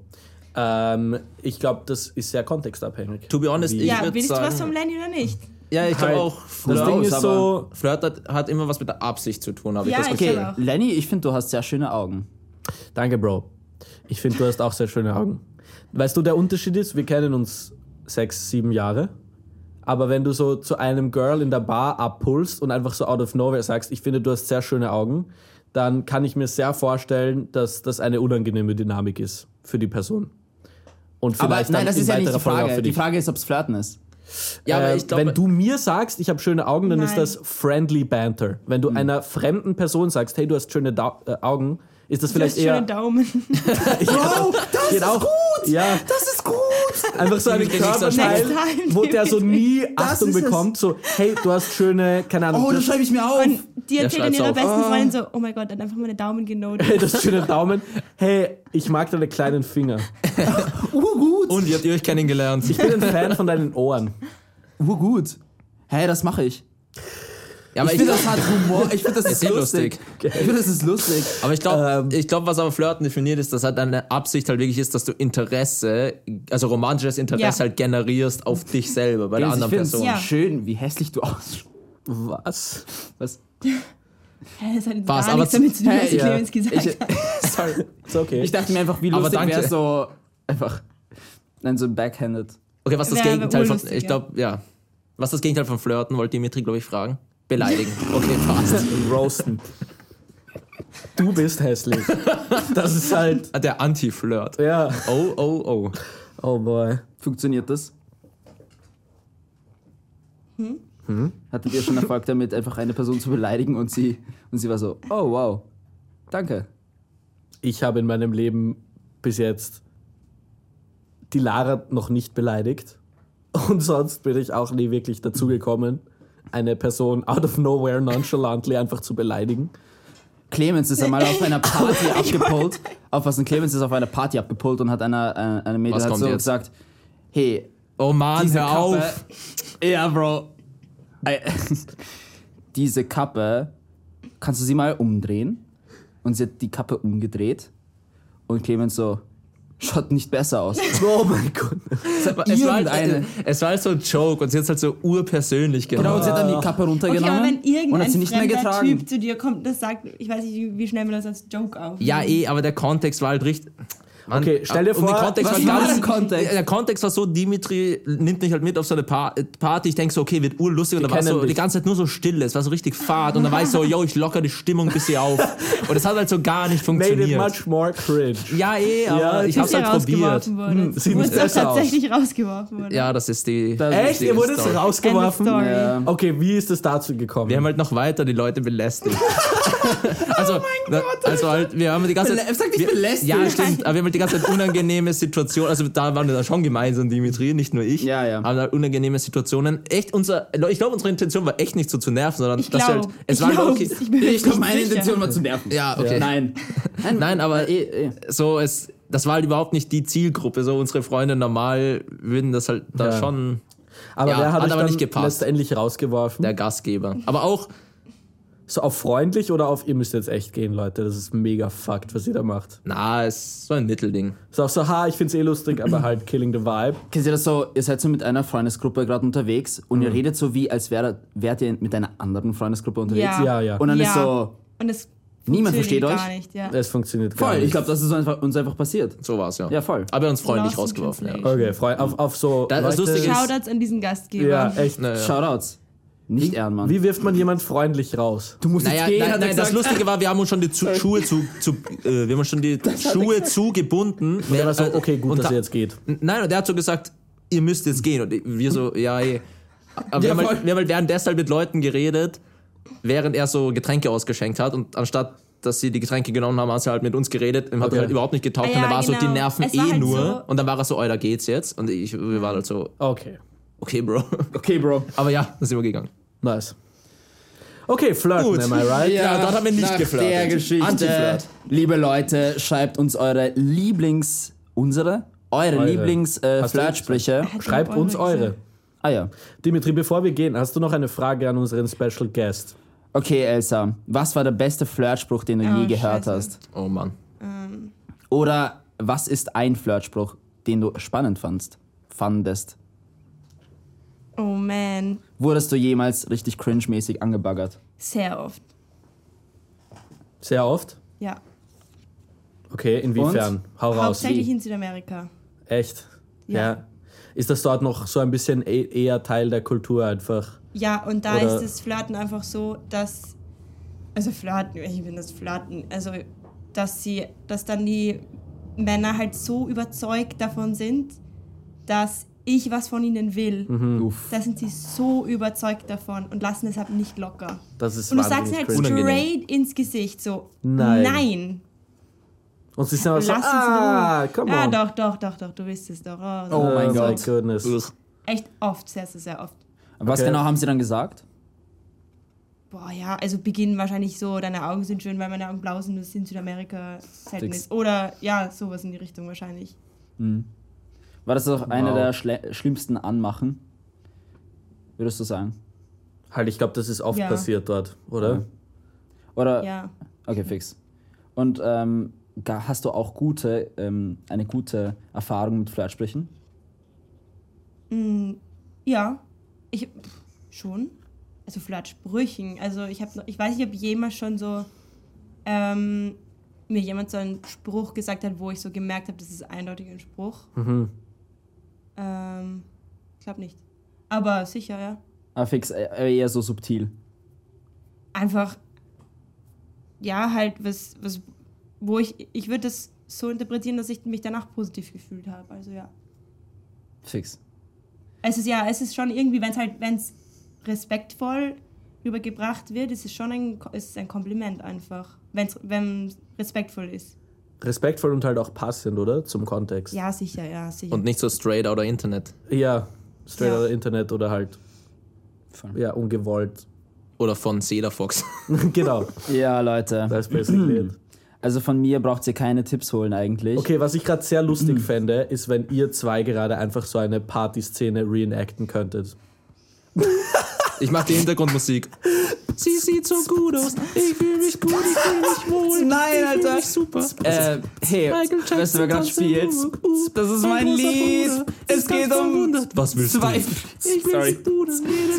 Speaker 4: Ähm, ich glaube, das ist sehr kontextabhängig. Halt,
Speaker 6: To be honest,
Speaker 4: Wie-
Speaker 6: ich
Speaker 5: Ja,
Speaker 6: würde
Speaker 5: willst du was vom
Speaker 6: sagen...
Speaker 5: Lenny oder nicht?
Speaker 6: Ja, ich glaube
Speaker 4: Halt,
Speaker 6: auch,
Speaker 4: Das
Speaker 3: Oder
Speaker 4: Ding
Speaker 3: aus,
Speaker 4: ist so,
Speaker 6: Flirt hat, hat immer was mit der Absicht zu tun, habe ich
Speaker 5: Ja,
Speaker 6: das
Speaker 5: ich-
Speaker 6: Gefühl.
Speaker 3: Okay,
Speaker 5: Ja.
Speaker 3: Lenny, ich finde, du hast sehr schöne Augen.
Speaker 4: danke, Bro. Ich finde, du hast auch sehr schöne Augen. Weißt du, der Unterschied ist, wir kennen uns sechs, sieben Jahre. Aber wenn du so zu einem Girl in der Bar abpulst und einfach so out of nowhere sagst, ich finde, du hast sehr schöne Augen, dann kann ich mir sehr vorstellen, dass das eine unangenehme Dynamik ist für die Person. Und
Speaker 3: Aber
Speaker 4: vielleicht
Speaker 3: nein,
Speaker 4: dann
Speaker 3: das
Speaker 4: in
Speaker 3: ist ja nicht
Speaker 4: weiterer
Speaker 3: die
Speaker 4: Folge auch
Speaker 3: Frage.
Speaker 4: für
Speaker 3: Die
Speaker 4: dich.
Speaker 3: Frage ist, ob es Flirten ist.
Speaker 6: Ja, aber
Speaker 4: Äh,
Speaker 6: ich glaube...
Speaker 4: wenn du mir sagst, ich habe schöne Augen, dann ist
Speaker 5: Nein.
Speaker 4: das friendly banter. Wenn du einer fremden Person sagst, hey, du hast schöne da äh, Augen, ist das vielleicht
Speaker 5: du hast
Speaker 4: eher
Speaker 5: schöne Daumen.
Speaker 4: Bro, das ist gut. Ja,
Speaker 3: Das ist gut!
Speaker 4: einfach so einen
Speaker 6: Dimitri nicht so
Speaker 4: Körperteil,
Speaker 5: schnell. Nein,
Speaker 4: wo der so nie
Speaker 3: Das
Speaker 4: Achtung
Speaker 3: ist es.
Speaker 4: bekommt, so hey, du hast schöne, keine Ahnung,
Speaker 3: Oh,
Speaker 4: du
Speaker 3: das
Speaker 4: hast-
Speaker 3: schreibe ich mir auf!
Speaker 5: Und die
Speaker 6: Ja,
Speaker 5: erzählt in
Speaker 6: schreib's
Speaker 5: ihrer
Speaker 6: auf.
Speaker 5: besten Freundin so, oh mein Gott, dann einfach meine Daumen genotet.
Speaker 4: hey, du hast schöne Daumen. Hey, ich mag deine kleinen Finger.
Speaker 3: Urgut!
Speaker 6: und wie habt ihr euch kennengelernt?
Speaker 4: Ich bin ein Fan von deinen Ohren.
Speaker 3: Urgut! Hä, Oh, hey, das mache ich.
Speaker 6: ja, aber
Speaker 3: Ich
Speaker 6: ich,
Speaker 3: finde, das hat Humor. Ich finde, das
Speaker 6: Ist Ähm.
Speaker 3: ist
Speaker 6: eh
Speaker 3: lustig. Ich finde, das ist lustig.
Speaker 6: aber ich glaube, ich glaub, was aber Flirten definiert ist, dass halt deine Absicht halt wirklich ist, dass du Interesse, also romantisches Interesse
Speaker 5: Ja.
Speaker 6: halt generierst auf dich selber, bei der
Speaker 3: Ich
Speaker 6: anderen
Speaker 3: finde es
Speaker 6: Person.
Speaker 5: Ja.
Speaker 3: schön, wie hässlich du ausschaust.
Speaker 4: Was?
Speaker 3: Was?
Speaker 5: Hä, Das hat jetzt
Speaker 6: Was,
Speaker 5: gar
Speaker 6: aber
Speaker 5: nichts damit zu tun, was
Speaker 3: Hä,
Speaker 5: ich
Speaker 3: ja.
Speaker 5: Clemens gesagt
Speaker 3: Ich-
Speaker 5: habe.
Speaker 4: Sorry, ist okay.
Speaker 3: Ich dachte mir einfach, wie
Speaker 6: Aber
Speaker 3: lustig
Speaker 6: danke.
Speaker 3: wäre so einfach. Nein, so backhanded.
Speaker 6: Okay, was ist das
Speaker 5: Wäre
Speaker 6: Gegenteil von.
Speaker 5: urlustig,
Speaker 6: Ich
Speaker 5: ja.
Speaker 6: glaube, ja. Was ist das Gegenteil von Flirten, wollte Dimitri, glaube ich, fragen? Beleidigen. Okay, passt.
Speaker 4: roasten. Du bist hässlich. Das ist halt
Speaker 6: Ah, Der Anti-Flirt.
Speaker 4: ja.
Speaker 6: Oh, oh, oh.
Speaker 4: Oh boy.
Speaker 3: Funktioniert das? Hm? Hattet ihr schon Erfolg damit, einfach eine Person zu beleidigen und sie, und sie war so, oh wow, danke.
Speaker 4: ich habe in meinem Leben bis jetzt die Lara noch nicht beleidigt. Und sonst bin ich auch nie wirklich dazu gekommen, eine Person out of nowhere nonchalantly einfach zu beleidigen.
Speaker 3: Clemens ist einmal auf einer Party abgepult. Auf was denn? Clemens ist auf einer Party abgepult und hat einer, äh, eine Mädel
Speaker 6: Was
Speaker 3: hat
Speaker 6: kommt
Speaker 3: so
Speaker 6: jetzt?
Speaker 3: gesagt, hey,
Speaker 6: Oh Mann,
Speaker 3: diese
Speaker 6: hör
Speaker 3: Kappe,
Speaker 6: auf.
Speaker 3: Ja, Bro. Ei- diese Kappe, kannst du sie mal umdrehen? Und sie hat die Kappe umgedreht. Und Clemens so, schaut nicht besser aus.
Speaker 4: Oh mein Gott.
Speaker 6: Es war, es, war halt,
Speaker 3: Irgendeine.
Speaker 6: es war halt so ein Joke und sie hat es halt so urpersönlich
Speaker 3: Genau, und
Speaker 6: genommen.
Speaker 3: sie hat dann die Kappe
Speaker 5: Okay, aber
Speaker 3: runtergenommen
Speaker 5: wenn irgendein
Speaker 3: genau. und hat sie nicht mehr
Speaker 5: fremder
Speaker 3: getragen.
Speaker 5: Typ zu dir kommt, das sagt, ich weiß nicht, wie schnell man das als Joke auf.
Speaker 6: Ja, eh, aber der Kontext war halt richtig. Mann,
Speaker 4: Okay, stell dir
Speaker 6: und der
Speaker 4: vor,
Speaker 6: Kontext
Speaker 4: was
Speaker 6: war
Speaker 3: war
Speaker 6: ganz,
Speaker 3: der Kontext?
Speaker 6: Der Kontext war so, Dimitri nimmt mich halt mit auf so eine Pa- Party. Ich denke so, okay, wird urlustig. Und da war es
Speaker 4: kennen
Speaker 6: so die
Speaker 4: dich.
Speaker 6: ganze Zeit nur so still. Es war so richtig fad. Und da war ich so, yo, ich locker die Stimmung ein bisschen auf. Und es hat halt so gar nicht
Speaker 4: Made it
Speaker 6: funktioniert.
Speaker 4: much more cringe.
Speaker 6: Ja, eh, aber
Speaker 4: Ja,
Speaker 6: ich
Speaker 4: das
Speaker 6: hab's
Speaker 5: Bis ihr
Speaker 6: halt probiert.
Speaker 5: rausgeworfen wurde.
Speaker 4: sieht
Speaker 5: Wo
Speaker 4: nicht
Speaker 5: es doch
Speaker 4: besser aus.
Speaker 5: tatsächlich rausgeworfen wurde.
Speaker 6: Ja, das ist die.
Speaker 3: Das
Speaker 4: Echt? Ihr wurde es
Speaker 6: Story.
Speaker 5: End of
Speaker 4: rausgeworfen?
Speaker 5: story.
Speaker 3: Ja.
Speaker 4: Okay, wie ist es dazu gekommen?
Speaker 6: Wir haben halt noch weiter die Leute belästigt.
Speaker 4: Oh
Speaker 6: also, also halt, wir haben die ganze Zeit.
Speaker 3: Bele- sag nicht
Speaker 6: wir,
Speaker 3: belästigt.
Speaker 6: Ja, stimmt. Aber wir haben halt die ganze Zeit unangenehme Situationen. Also da waren wir dann schon gemeinsam, Dimitri, nicht nur ich.
Speaker 3: Ja, ja.
Speaker 6: Aber halt unangenehme Situationen. Echt unser, ich glaube, unsere Intention war echt nicht so zu nerven, sondern
Speaker 5: Ich
Speaker 6: dass wir
Speaker 5: glaube.
Speaker 6: halt, es war okay.
Speaker 5: Ich bin mir
Speaker 3: Ich glaube,
Speaker 5: nicht
Speaker 3: meine
Speaker 5: sicher.
Speaker 3: Intention war zu nerven.
Speaker 6: Ja, okay.
Speaker 3: Nein. Nein,
Speaker 6: Nein, aber
Speaker 3: eh, eh.
Speaker 6: so es, das war halt überhaupt nicht die Zielgruppe. So unsere Freunde normal würden das halt da
Speaker 4: Ja.
Speaker 6: schon
Speaker 4: aber
Speaker 6: ja,
Speaker 4: wer hat,
Speaker 6: hat
Speaker 4: euch
Speaker 6: aber
Speaker 4: dann
Speaker 6: nicht gepasst.
Speaker 4: letztendlich rausgeworfen?
Speaker 6: der Gastgeber. Aber auch
Speaker 4: so auf freundlich oder auf ihr müsst jetzt echt gehen, Leute. Das ist mega fucked, was ihr da macht.
Speaker 6: na, es ist so ein Mittelding.
Speaker 4: So auch so, ha, ich find's eh lustig, aber halt killing the vibe.
Speaker 3: Kennt ihr das so, ihr seid so mit einer Freundesgruppe gerade unterwegs und ihr redet so wie, als wäre, wärt ihr mit einer anderen Freundesgruppe unterwegs.
Speaker 5: Ja.
Speaker 4: Ja, ja.
Speaker 3: Und dann
Speaker 5: ja.
Speaker 3: ist so,
Speaker 5: Und es
Speaker 3: Niemand
Speaker 5: funktioniert
Speaker 3: versteht
Speaker 5: gar
Speaker 3: euch?
Speaker 5: Nicht, ja.
Speaker 4: es funktioniert gar
Speaker 3: voll,
Speaker 4: nicht.
Speaker 3: ich glaube, das ist uns einfach, uns einfach passiert.
Speaker 6: So war's ja.
Speaker 3: Ja, voll.
Speaker 6: Aber uns freundlich
Speaker 5: Lost in
Speaker 6: rausgeworfen, ja.
Speaker 5: Translation.
Speaker 4: Okay, freu, auf, auf so.
Speaker 6: Das- das Lustige ist-
Speaker 5: Shoutouts an diesen Gastgeber.
Speaker 4: ja, äh, echt. ne?
Speaker 6: Naja.
Speaker 3: Shoutouts. Nicht Ehrenmann.
Speaker 4: Wie wirft man jemand freundlich raus? Du musst
Speaker 6: Naja, nein, nein, das Lustige war, wir haben uns schon die zu, Schuhe zu, zu äh, wir haben uns schon die Schuhe zugebunden.
Speaker 4: ja, aber so,
Speaker 6: Äh,
Speaker 4: okay, gut,
Speaker 6: und
Speaker 4: dass
Speaker 6: da-
Speaker 4: ihr jetzt geht.
Speaker 6: Nein, und der hat so gesagt, ihr müsst jetzt gehen. Und wir so, ja, eh. Aber wir, haben halt, wir haben halt währenddessen halt mit Leuten geredet, während er so Getränke ausgeschenkt hat. Und anstatt, dass sie die Getränke genommen haben, haben sie halt mit uns geredet. Ihm hat
Speaker 4: Okay.
Speaker 6: halt überhaupt nicht getaugt.
Speaker 5: Ah
Speaker 6: und
Speaker 5: ja,
Speaker 6: er war so, die
Speaker 5: genau.
Speaker 6: Nerven
Speaker 5: Es
Speaker 6: eh
Speaker 5: war halt
Speaker 6: nur.
Speaker 5: so-
Speaker 6: Und dann war er so, oh, da geht's jetzt. Und ich, wir waren halt so,
Speaker 4: Okay,
Speaker 6: okay, Bro.
Speaker 3: okay, Bro.
Speaker 6: Aber ja, dann sind wir gegangen.
Speaker 4: nice. Okay, flirten, am I right?
Speaker 6: Ja, dort haben wir nicht
Speaker 3: nach
Speaker 6: geflirtet.
Speaker 3: Der Geschichte,
Speaker 6: Antiflirt.
Speaker 3: liebe Leute, schreibt uns eure Lieblings... Unsere? Eure,
Speaker 4: Eure. Hast du-
Speaker 3: Lieblings-Flirtsprüche.
Speaker 5: Hat
Speaker 4: Schreibt
Speaker 5: jemand
Speaker 4: uns eure.
Speaker 5: gesagt?
Speaker 3: ah ja.
Speaker 4: Dimitri, bevor wir gehen, hast du noch eine Frage an unseren Special Guest?
Speaker 3: Okay, Elsa, was war der beste Flirtspruch, den du
Speaker 5: Ah,
Speaker 3: je gehört
Speaker 5: scheiße.
Speaker 3: hast?
Speaker 6: Oh Mann.
Speaker 5: Ähm,
Speaker 3: Oder was ist ein Flirtspruch, den du spannend fandst? Fandest?
Speaker 5: oh man,
Speaker 3: Wurdest du jemals richtig cringe-mäßig angebaggert?
Speaker 5: sehr oft.
Speaker 4: Sehr oft?
Speaker 5: Ja,
Speaker 4: Okay, inwiefern? Hau raus.
Speaker 5: hauptsächlich in Südamerika.
Speaker 4: Echt? Ja.
Speaker 5: Ja.
Speaker 4: Ist das dort noch so ein bisschen e- eher Teil der Kultur einfach?
Speaker 5: Ja, und da
Speaker 4: Oder-
Speaker 5: ist das Flirten einfach so, dass. Also Flirten, ich bin das Flirten. Also, dass sie, dass dann die Männer halt so überzeugt davon sind, dass ich was von ihnen will.
Speaker 4: Mhm.
Speaker 5: Da sind sie so überzeugt davon und lassen deshalb nicht locker.
Speaker 4: Das ist
Speaker 5: Und du sagst
Speaker 4: wahnsinnig
Speaker 5: ihnen halt
Speaker 4: cringe.
Speaker 6: Unangenehm.
Speaker 5: straight ins Gesicht, so.
Speaker 4: Nein.
Speaker 5: Nein.
Speaker 4: Und sie sind aber so,
Speaker 5: Lass uns in
Speaker 4: ah,
Speaker 5: Ruhe.
Speaker 4: come
Speaker 5: Ah,
Speaker 4: on.
Speaker 5: doch, doch, doch, doch, du willst es doch. Oh,
Speaker 3: Oh
Speaker 5: so.
Speaker 3: mein
Speaker 4: my
Speaker 3: Gott.
Speaker 4: goodness.
Speaker 5: Echt oft, sehr, sehr, sehr oft.
Speaker 3: Was
Speaker 4: Okay.
Speaker 3: genau haben sie dann gesagt?
Speaker 5: Boah, ja, also beginnen wahrscheinlich so, deine Augen sind schön, weil meine Augen blau sind, das in Südamerika selten
Speaker 3: Dix.
Speaker 5: ist. Oder ja, sowas in die Richtung wahrscheinlich.
Speaker 3: War das auch einer
Speaker 4: Wow.
Speaker 3: der schle- schlimmsten Anmachen? Würdest du sagen?
Speaker 4: Halt, ich glaube, das ist oft
Speaker 5: Ja.
Speaker 4: passiert dort, oder?
Speaker 3: Oder?
Speaker 5: Ja.
Speaker 3: Okay, fix. Und ähm, ga- hast du auch gute, ähm, eine gute Erfahrung mit Flirtsprüchen?
Speaker 5: Ja, ich pff, schon. Also Flirtsprüchen. Also ich habe, ich weiß nicht, ob jemals schon so ähm, mir jemand so einen Spruch gesagt hat, wo ich so gemerkt habe, das ist eindeutig ein Spruch. Ähm, ich glaube nicht. Aber sicher, ja.
Speaker 3: Ah, fix, äh, eher so subtil.
Speaker 5: einfach, ja, halt, was, was, wo ich, ich würde das so interpretieren, dass ich mich danach positiv gefühlt habe. Also ja.
Speaker 3: Fix.
Speaker 5: Es ist ja, es ist schon irgendwie, wenn es halt, wenn es respektvoll rübergebracht wird, ist es schon ein, ist es ein Kompliment einfach. Wenn's, wenn es respektvoll ist.
Speaker 4: Respektvoll und halt auch passend, oder? Zum Kontext.
Speaker 5: Ja, sicher, ja, sicher.
Speaker 6: Und nicht so straight oder Internet.
Speaker 4: Ja, straight
Speaker 5: Ja.
Speaker 4: oder Internet oder halt,
Speaker 3: Voll.
Speaker 4: ja, ungewollt.
Speaker 6: Oder von Cedar Fox.
Speaker 4: genau,
Speaker 3: Ja, Leute.
Speaker 4: das ist basically it.
Speaker 3: Also von mir braucht ihr keine Tipps holen eigentlich.
Speaker 4: Okay, was ich gerade sehr lustig fände, ist, wenn ihr zwei gerade einfach so eine Partyszene reenacten könntet.
Speaker 6: Ich mache die Hintergrundmusik. Sie sieht so gut aus. Ich fühle mich gut, ich fühle mich wohl.
Speaker 3: Nein,
Speaker 6: ich fühl
Speaker 3: Alter.
Speaker 6: mich super.
Speaker 3: Äh, hey,
Speaker 6: Michael Jackson
Speaker 3: weißt du, wer gerade
Speaker 6: tanzt
Speaker 3: spielt?
Speaker 6: im Rock.
Speaker 3: Das ist
Speaker 6: Ein
Speaker 3: mein
Speaker 6: großer
Speaker 3: Lied.
Speaker 6: Bruder. Es geht um. Was willst
Speaker 3: Zwei.
Speaker 6: du?
Speaker 3: Sorry.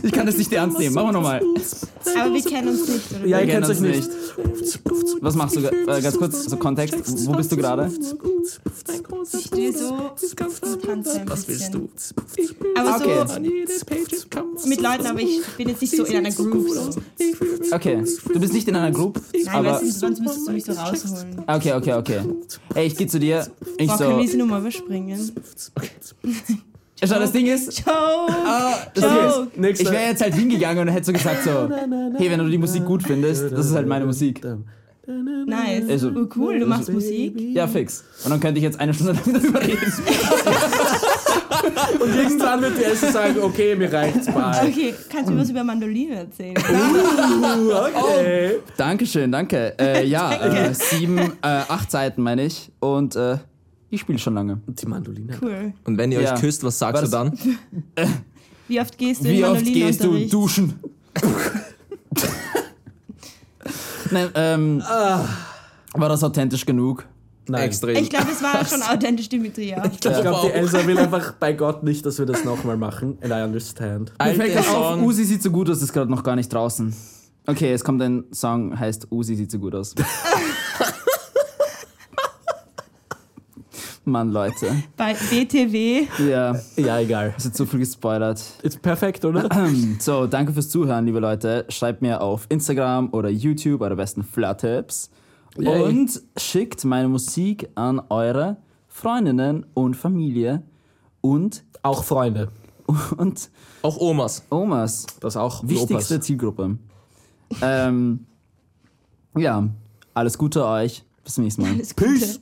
Speaker 3: Ich kann das nicht ernst nehmen. Machen wir nochmal.
Speaker 5: Aber wir kennen uns nicht, oder?
Speaker 4: Ja, ihr
Speaker 3: kennen
Speaker 4: kennt
Speaker 3: uns
Speaker 4: euch nicht.
Speaker 3: Was machst du? ge- Äh, ganz kurz, so Kontext. Wo bist du gerade?
Speaker 5: Ich stehe so und tanze ein
Speaker 6: Was willst
Speaker 5: bisschen.
Speaker 6: du?
Speaker 5: Aber
Speaker 3: Okay.
Speaker 5: so mit Leuten, aber ich bin jetzt nicht so in einer Groove. So.
Speaker 3: Okay. Du bist nicht in einer Group,
Speaker 5: Nein,
Speaker 3: aber.
Speaker 5: weißt du, sonst müsstest du mich so rausholen.
Speaker 3: Okay, okay, okay. Ey, ich geh zu dir. Ich
Speaker 5: Boah, können
Speaker 3: so.
Speaker 5: wir diese Nummer überspringen?
Speaker 3: Schau, das Ding ist,
Speaker 5: Joe!
Speaker 3: Ah, Das
Speaker 5: Ciao.
Speaker 3: Ding ist,
Speaker 4: Nächster.
Speaker 3: Ich wäre jetzt halt hingegangen und hätte so gesagt so, hey, wenn du die Musik gut findest, das ist halt meine Musik.
Speaker 5: Nice.
Speaker 3: Also-
Speaker 5: oh, cool, du machst Musik.
Speaker 3: Ja, fix. Und dann könnte ich jetzt eine Stunde lang darüber reden.
Speaker 4: Und irgendwann wird die Elsa sagen, okay, mir reicht's
Speaker 3: Ah.
Speaker 4: mal.
Speaker 5: Okay, kannst du mir was über Mandoline erzählen?
Speaker 4: Okay.
Speaker 3: Dankeschön, danke. Äh, ja, Äh, sieben, äh, acht Seiten meine ich. Und äh, ich spiele schon lange.
Speaker 4: Oh.
Speaker 6: Die Mandoline.
Speaker 5: Cool.
Speaker 6: Und wenn ihr
Speaker 3: Ja.
Speaker 6: euch küsst, was sagst
Speaker 3: Was-
Speaker 6: du dann?
Speaker 5: Wie oft gehst du in
Speaker 3: Wie oft
Speaker 5: Mandoline
Speaker 3: gehst du duschen? Nein, ähm, war das authentisch genug?
Speaker 4: Nein.
Speaker 6: Extra.
Speaker 5: Ich glaube, es war schon authentisch, Dimitri, ja.
Speaker 4: Ich glaube, die Elsa will einfach bei Gott nicht, dass wir das nochmal machen. And I understand.
Speaker 3: Mir fällt das
Speaker 6: Alter
Speaker 3: auf,
Speaker 6: Song.
Speaker 3: Usi sieht so gut aus, ist gerade noch gar nicht draußen. Okay, es kommt ein Song, heißt Usi sieht so gut aus. Mann, Leute.
Speaker 5: Bei BTW.
Speaker 3: Ja,
Speaker 4: Ja, egal.
Speaker 3: es ist zu viel gespoilert.
Speaker 4: Ist perfekt, oder?
Speaker 3: So, danke fürs Zuhören, liebe Leute. Schreibt mir auf Instagram oder YouTube eure besten Flat-Tipps. Und schickt meine Musik an eure Freundinnen und Familie und,
Speaker 4: Auch Freunde.
Speaker 3: und
Speaker 6: Auch Omas.
Speaker 3: Omas.
Speaker 4: Das auch
Speaker 3: Wichtigste Zielgruppe. Ähm, ja, alles Gute euch. Bis zum nächsten Mal.
Speaker 5: Alles Gute.